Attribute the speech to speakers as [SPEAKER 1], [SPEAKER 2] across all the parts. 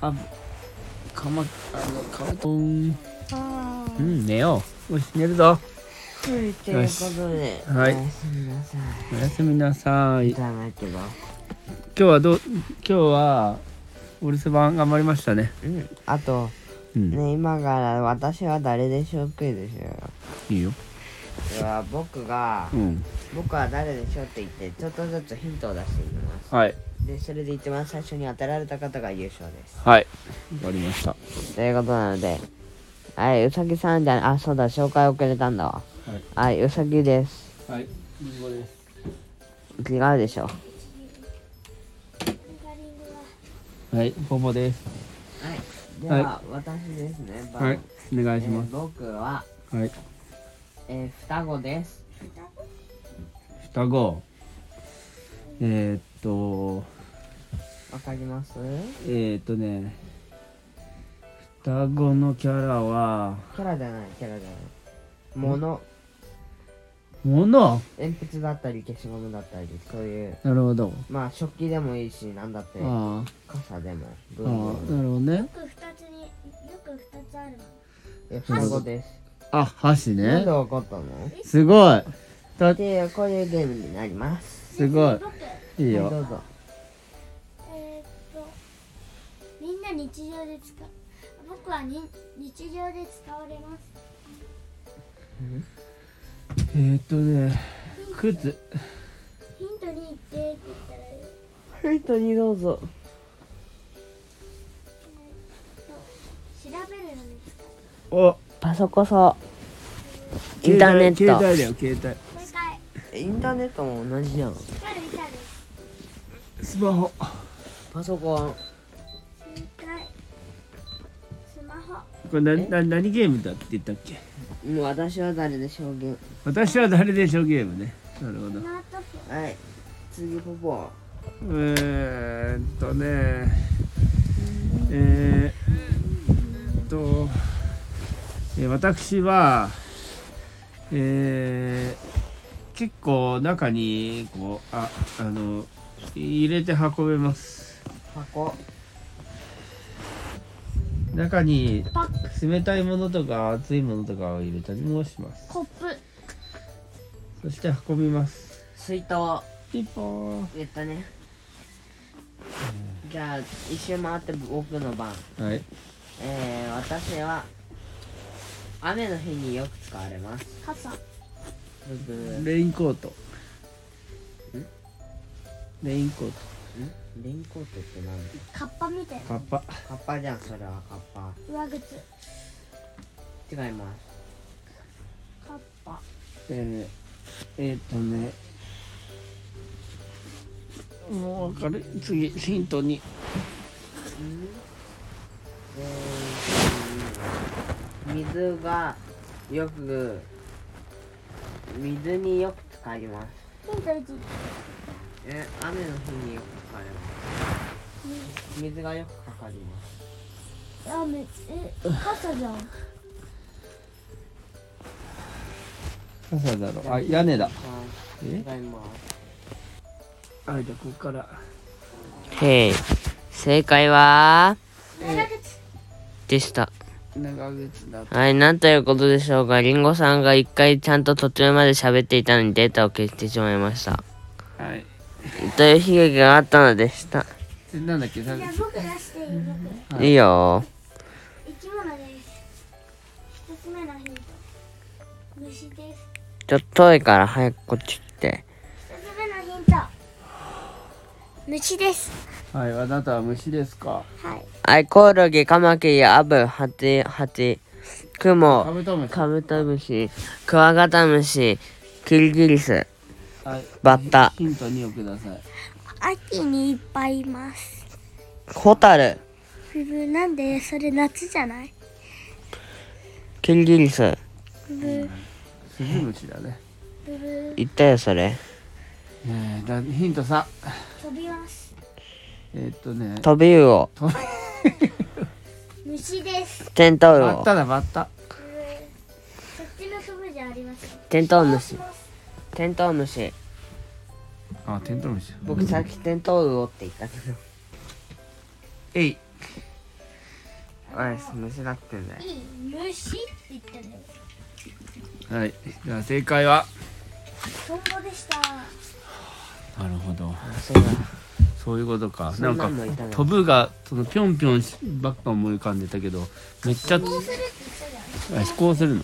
[SPEAKER 1] あかまあのかまとんうん寝ようよし寝るぞ
[SPEAKER 2] ということで、おやす
[SPEAKER 1] はい
[SPEAKER 2] みなさ
[SPEAKER 1] おやすみなさい
[SPEAKER 2] い。
[SPEAKER 1] 今
[SPEAKER 2] だけど、
[SPEAKER 1] 日はどう今日はお留守番頑張りましたね
[SPEAKER 2] うん、あと、
[SPEAKER 1] うん、
[SPEAKER 2] ね、今から私は誰でしょうクイズしよう
[SPEAKER 1] いいよ
[SPEAKER 2] よ。では、僕が
[SPEAKER 1] う、ん
[SPEAKER 2] 僕は誰でしょうって言って、ちょっとずつヒントを出していきます。
[SPEAKER 1] はい
[SPEAKER 2] で、それで一番最初に当てられた方が優勝で
[SPEAKER 1] はい終わりました
[SPEAKER 2] す。ということなので、はい、うさぎさんじゃあ、そうだ、紹介遅れたんだわ。
[SPEAKER 1] はい
[SPEAKER 2] はい、うさぎです。
[SPEAKER 1] はいリンゴです
[SPEAKER 2] 違うでしょ。
[SPEAKER 1] はいボボです
[SPEAKER 2] はい。で
[SPEAKER 1] は
[SPEAKER 2] は、
[SPEAKER 1] い
[SPEAKER 2] 私ですね。
[SPEAKER 1] はいお願いしま
[SPEAKER 2] えー僕は、
[SPEAKER 1] すはい
[SPEAKER 2] えー双子です。
[SPEAKER 1] 双子えー、っと
[SPEAKER 2] わかります
[SPEAKER 1] えー、っとね双子のキャラは
[SPEAKER 2] キャラじゃないキャラじゃないもの
[SPEAKER 1] もの
[SPEAKER 2] 鉛筆だったり消しゴムだったりそういう
[SPEAKER 1] なるほど
[SPEAKER 2] まあ食器でもいいし何だって
[SPEAKER 1] あ
[SPEAKER 2] 傘でも
[SPEAKER 1] あああ
[SPEAKER 2] 文房具でも
[SPEAKER 1] なるほどね
[SPEAKER 3] く二つによく二つある
[SPEAKER 2] いや双子です
[SPEAKER 1] あ箸
[SPEAKER 2] なん
[SPEAKER 1] ね
[SPEAKER 2] で怒ったの
[SPEAKER 1] すごいだ
[SPEAKER 2] っていうこういうゲームになります
[SPEAKER 1] すごい
[SPEAKER 3] 僕
[SPEAKER 1] いい
[SPEAKER 2] はど
[SPEAKER 1] よ
[SPEAKER 2] うぞ
[SPEAKER 3] えーっとみんな日常で使う僕はに日常で使われます
[SPEAKER 1] えー、っとね靴
[SPEAKER 3] ヒントに言ってって言ったらよ
[SPEAKER 2] 本当にどうぞ
[SPEAKER 3] 調べるのに使う
[SPEAKER 1] お
[SPEAKER 2] パソコソインターネッ
[SPEAKER 1] 携帯
[SPEAKER 2] ト
[SPEAKER 1] 携帯だよ携
[SPEAKER 3] もう一回
[SPEAKER 2] インターネットも同じじゃん
[SPEAKER 3] 光る光る
[SPEAKER 1] 帯スマホ
[SPEAKER 2] パソコン
[SPEAKER 3] 携帯スマホ
[SPEAKER 1] これなな何ゲームだって言ったっけ
[SPEAKER 2] うん私は誰でしょうゲーム
[SPEAKER 1] 私は誰でしょうゲームねなるほ
[SPEAKER 3] ス
[SPEAKER 1] ど
[SPEAKER 3] マートフォン
[SPEAKER 2] はい次ポポ
[SPEAKER 1] えー、っとねえー、っと、えー私はえー、結構中にこうああの入れて運べます
[SPEAKER 2] 箱
[SPEAKER 1] 中に
[SPEAKER 3] パック
[SPEAKER 1] 冷たいものとか熱いものとかを入れたりもします
[SPEAKER 3] コップ
[SPEAKER 1] そして運びます
[SPEAKER 2] 水筒
[SPEAKER 1] ピンポ
[SPEAKER 2] 言ったねじゃあ一周回って僕の番
[SPEAKER 1] ーンはい
[SPEAKER 2] えー、私は雨の日によく使われます
[SPEAKER 3] 傘
[SPEAKER 2] ブブー
[SPEAKER 1] レインコートレインコート
[SPEAKER 2] んレインコートって何
[SPEAKER 3] カッパみたい
[SPEAKER 1] カッパ
[SPEAKER 2] カッパじゃんそれはカッパ
[SPEAKER 3] な上靴
[SPEAKER 2] 違います
[SPEAKER 3] カッパ
[SPEAKER 1] えー、えー、っとねもう分かる次ヒントに
[SPEAKER 2] えー水がよく水によく使います
[SPEAKER 3] ヒント1
[SPEAKER 2] え雨の日によく使われます水がよくかかります
[SPEAKER 3] ラーメンえ傘じゃん
[SPEAKER 1] 傘だろあ屋根だ
[SPEAKER 2] 違い
[SPEAKER 1] え
[SPEAKER 2] ます
[SPEAKER 1] あじゃあここから
[SPEAKER 2] へい正解は
[SPEAKER 3] 長靴
[SPEAKER 2] でした
[SPEAKER 1] 長靴だ
[SPEAKER 2] はいなんということでしょうかりんごさんが一回ちゃんと途中まで喋っていたのにデータを消してしまいました
[SPEAKER 1] はい
[SPEAKER 2] という悲劇があったのでした、
[SPEAKER 1] でなんだっけさ
[SPEAKER 3] じゃあ僕出していい僕
[SPEAKER 1] はい
[SPEAKER 2] い、いよ
[SPEAKER 3] 生き物です一つ目のヒント虫です
[SPEAKER 2] ちょっと遠いから早くこっち来て
[SPEAKER 3] 一つ目のヒント虫です
[SPEAKER 1] はいあなたは虫ですか
[SPEAKER 3] はい
[SPEAKER 2] はいコオロギカマキリアブハチハチク
[SPEAKER 1] カ
[SPEAKER 2] モ
[SPEAKER 1] ブトムシ
[SPEAKER 2] カブトムシクワガタムシキリギリス
[SPEAKER 1] はい
[SPEAKER 2] バッタ
[SPEAKER 1] ヒント2をください
[SPEAKER 3] 秋にいっぱいいます
[SPEAKER 2] ホタル
[SPEAKER 3] ふぶなんでそれ夏じゃない
[SPEAKER 2] キリギリス
[SPEAKER 3] ふぶ
[SPEAKER 1] スズムシだね
[SPEAKER 3] ふぶ
[SPEAKER 2] 言ったよそれ
[SPEAKER 1] えー、だヒント3
[SPEAKER 3] 飛びます
[SPEAKER 1] えー、っとね
[SPEAKER 2] トビウオ
[SPEAKER 1] と
[SPEAKER 3] 虫です
[SPEAKER 2] テントウ
[SPEAKER 1] バッ
[SPEAKER 2] オ
[SPEAKER 1] タだバッタ
[SPEAKER 3] ふぶそっちのふぶじゃありません
[SPEAKER 2] テントウ
[SPEAKER 3] ど
[SPEAKER 2] ム
[SPEAKER 3] う
[SPEAKER 2] シ
[SPEAKER 3] します
[SPEAKER 2] テントウムシ
[SPEAKER 1] あテントウムシ
[SPEAKER 2] 僕さっきテントウオって言ったけど
[SPEAKER 1] えい
[SPEAKER 2] おい、虫だってんだよ。
[SPEAKER 3] いい虫って言ったんだよ
[SPEAKER 1] はいじゃあ正解は
[SPEAKER 3] トンボでした
[SPEAKER 1] なるほど
[SPEAKER 2] そうだ。
[SPEAKER 1] そういうことか
[SPEAKER 2] そ
[SPEAKER 1] なん
[SPEAKER 2] んな
[SPEAKER 1] か
[SPEAKER 2] んもいたの
[SPEAKER 1] 飛ぶがそのぴょんぴょんばっか思い浮かんでたけどめっちゃ
[SPEAKER 3] こうするって言ったじゃん
[SPEAKER 1] あ飛行するの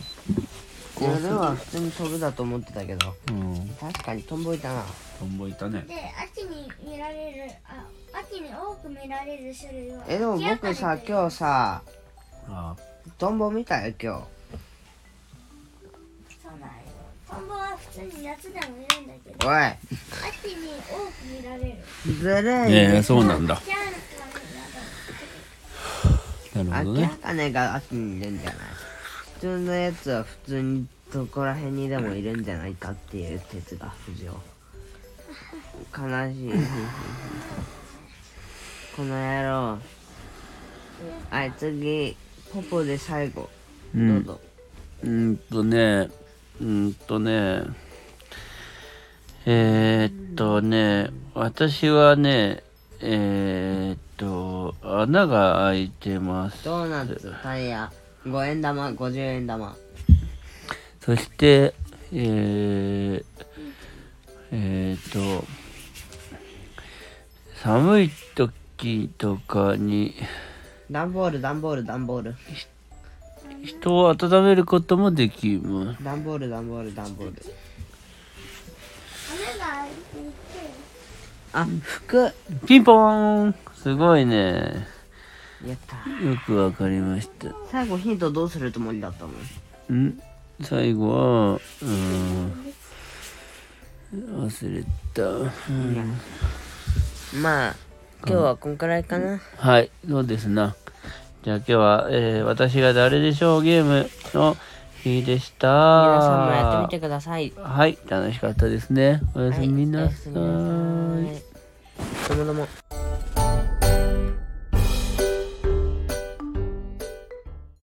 [SPEAKER 2] いや、では普通に飛ぶだと思ってたけど、
[SPEAKER 1] うん
[SPEAKER 2] 確かにトンボいたな。
[SPEAKER 1] トンボいたね
[SPEAKER 3] で秋に見られるあ秋に多く見られる種類は
[SPEAKER 2] え、でも僕さ、今日さ、
[SPEAKER 1] ああ
[SPEAKER 2] トンボ見たよ、今日。
[SPEAKER 3] 日そうなんよトンボは普通に夏でもいるんだけど
[SPEAKER 2] おい、
[SPEAKER 3] 秋に多く見られる
[SPEAKER 2] ずるい。
[SPEAKER 1] ねえそうなんだ
[SPEAKER 3] キャンカーなど
[SPEAKER 1] なる
[SPEAKER 2] あ
[SPEAKER 1] ほど
[SPEAKER 2] きら
[SPEAKER 1] ね
[SPEAKER 2] かねが秋にいるんじゃない普通のやつは普通にどこら辺にでもいるんじゃないかっていう哲が浮上 悲しいこの野郎はい次ポポで最後
[SPEAKER 1] う
[SPEAKER 2] どうんぞ、
[SPEAKER 1] うーんとねうーんとねえー、っとね私はねえー、っと穴が開いてます
[SPEAKER 2] ドーナツタイヤ5円玉50円玉
[SPEAKER 1] そして、えー、えー、と、寒い時とかに
[SPEAKER 2] 段ボール段ボール段ボール
[SPEAKER 1] 人を温めることもできます。
[SPEAKER 2] 段ボール段ボール段ボール
[SPEAKER 3] 穴が開いていて
[SPEAKER 2] あ服や
[SPEAKER 1] ピンポーンすごいね。
[SPEAKER 2] った
[SPEAKER 1] よくわかりました。
[SPEAKER 2] 最後ヒントどうするつもりだったの
[SPEAKER 1] ん最後は、うーん、忘れた。うん
[SPEAKER 2] まあ今日はこんくらいかな、
[SPEAKER 1] はい、そうですな。じゃあ今日は、えー私が誰でしょうゲームの日でした。
[SPEAKER 2] 皆さんもやってみてください。
[SPEAKER 1] はい、楽しかったですね。おやすみなさ
[SPEAKER 2] はいおやすみ
[SPEAKER 1] ーい
[SPEAKER 2] なさいどうもどうも。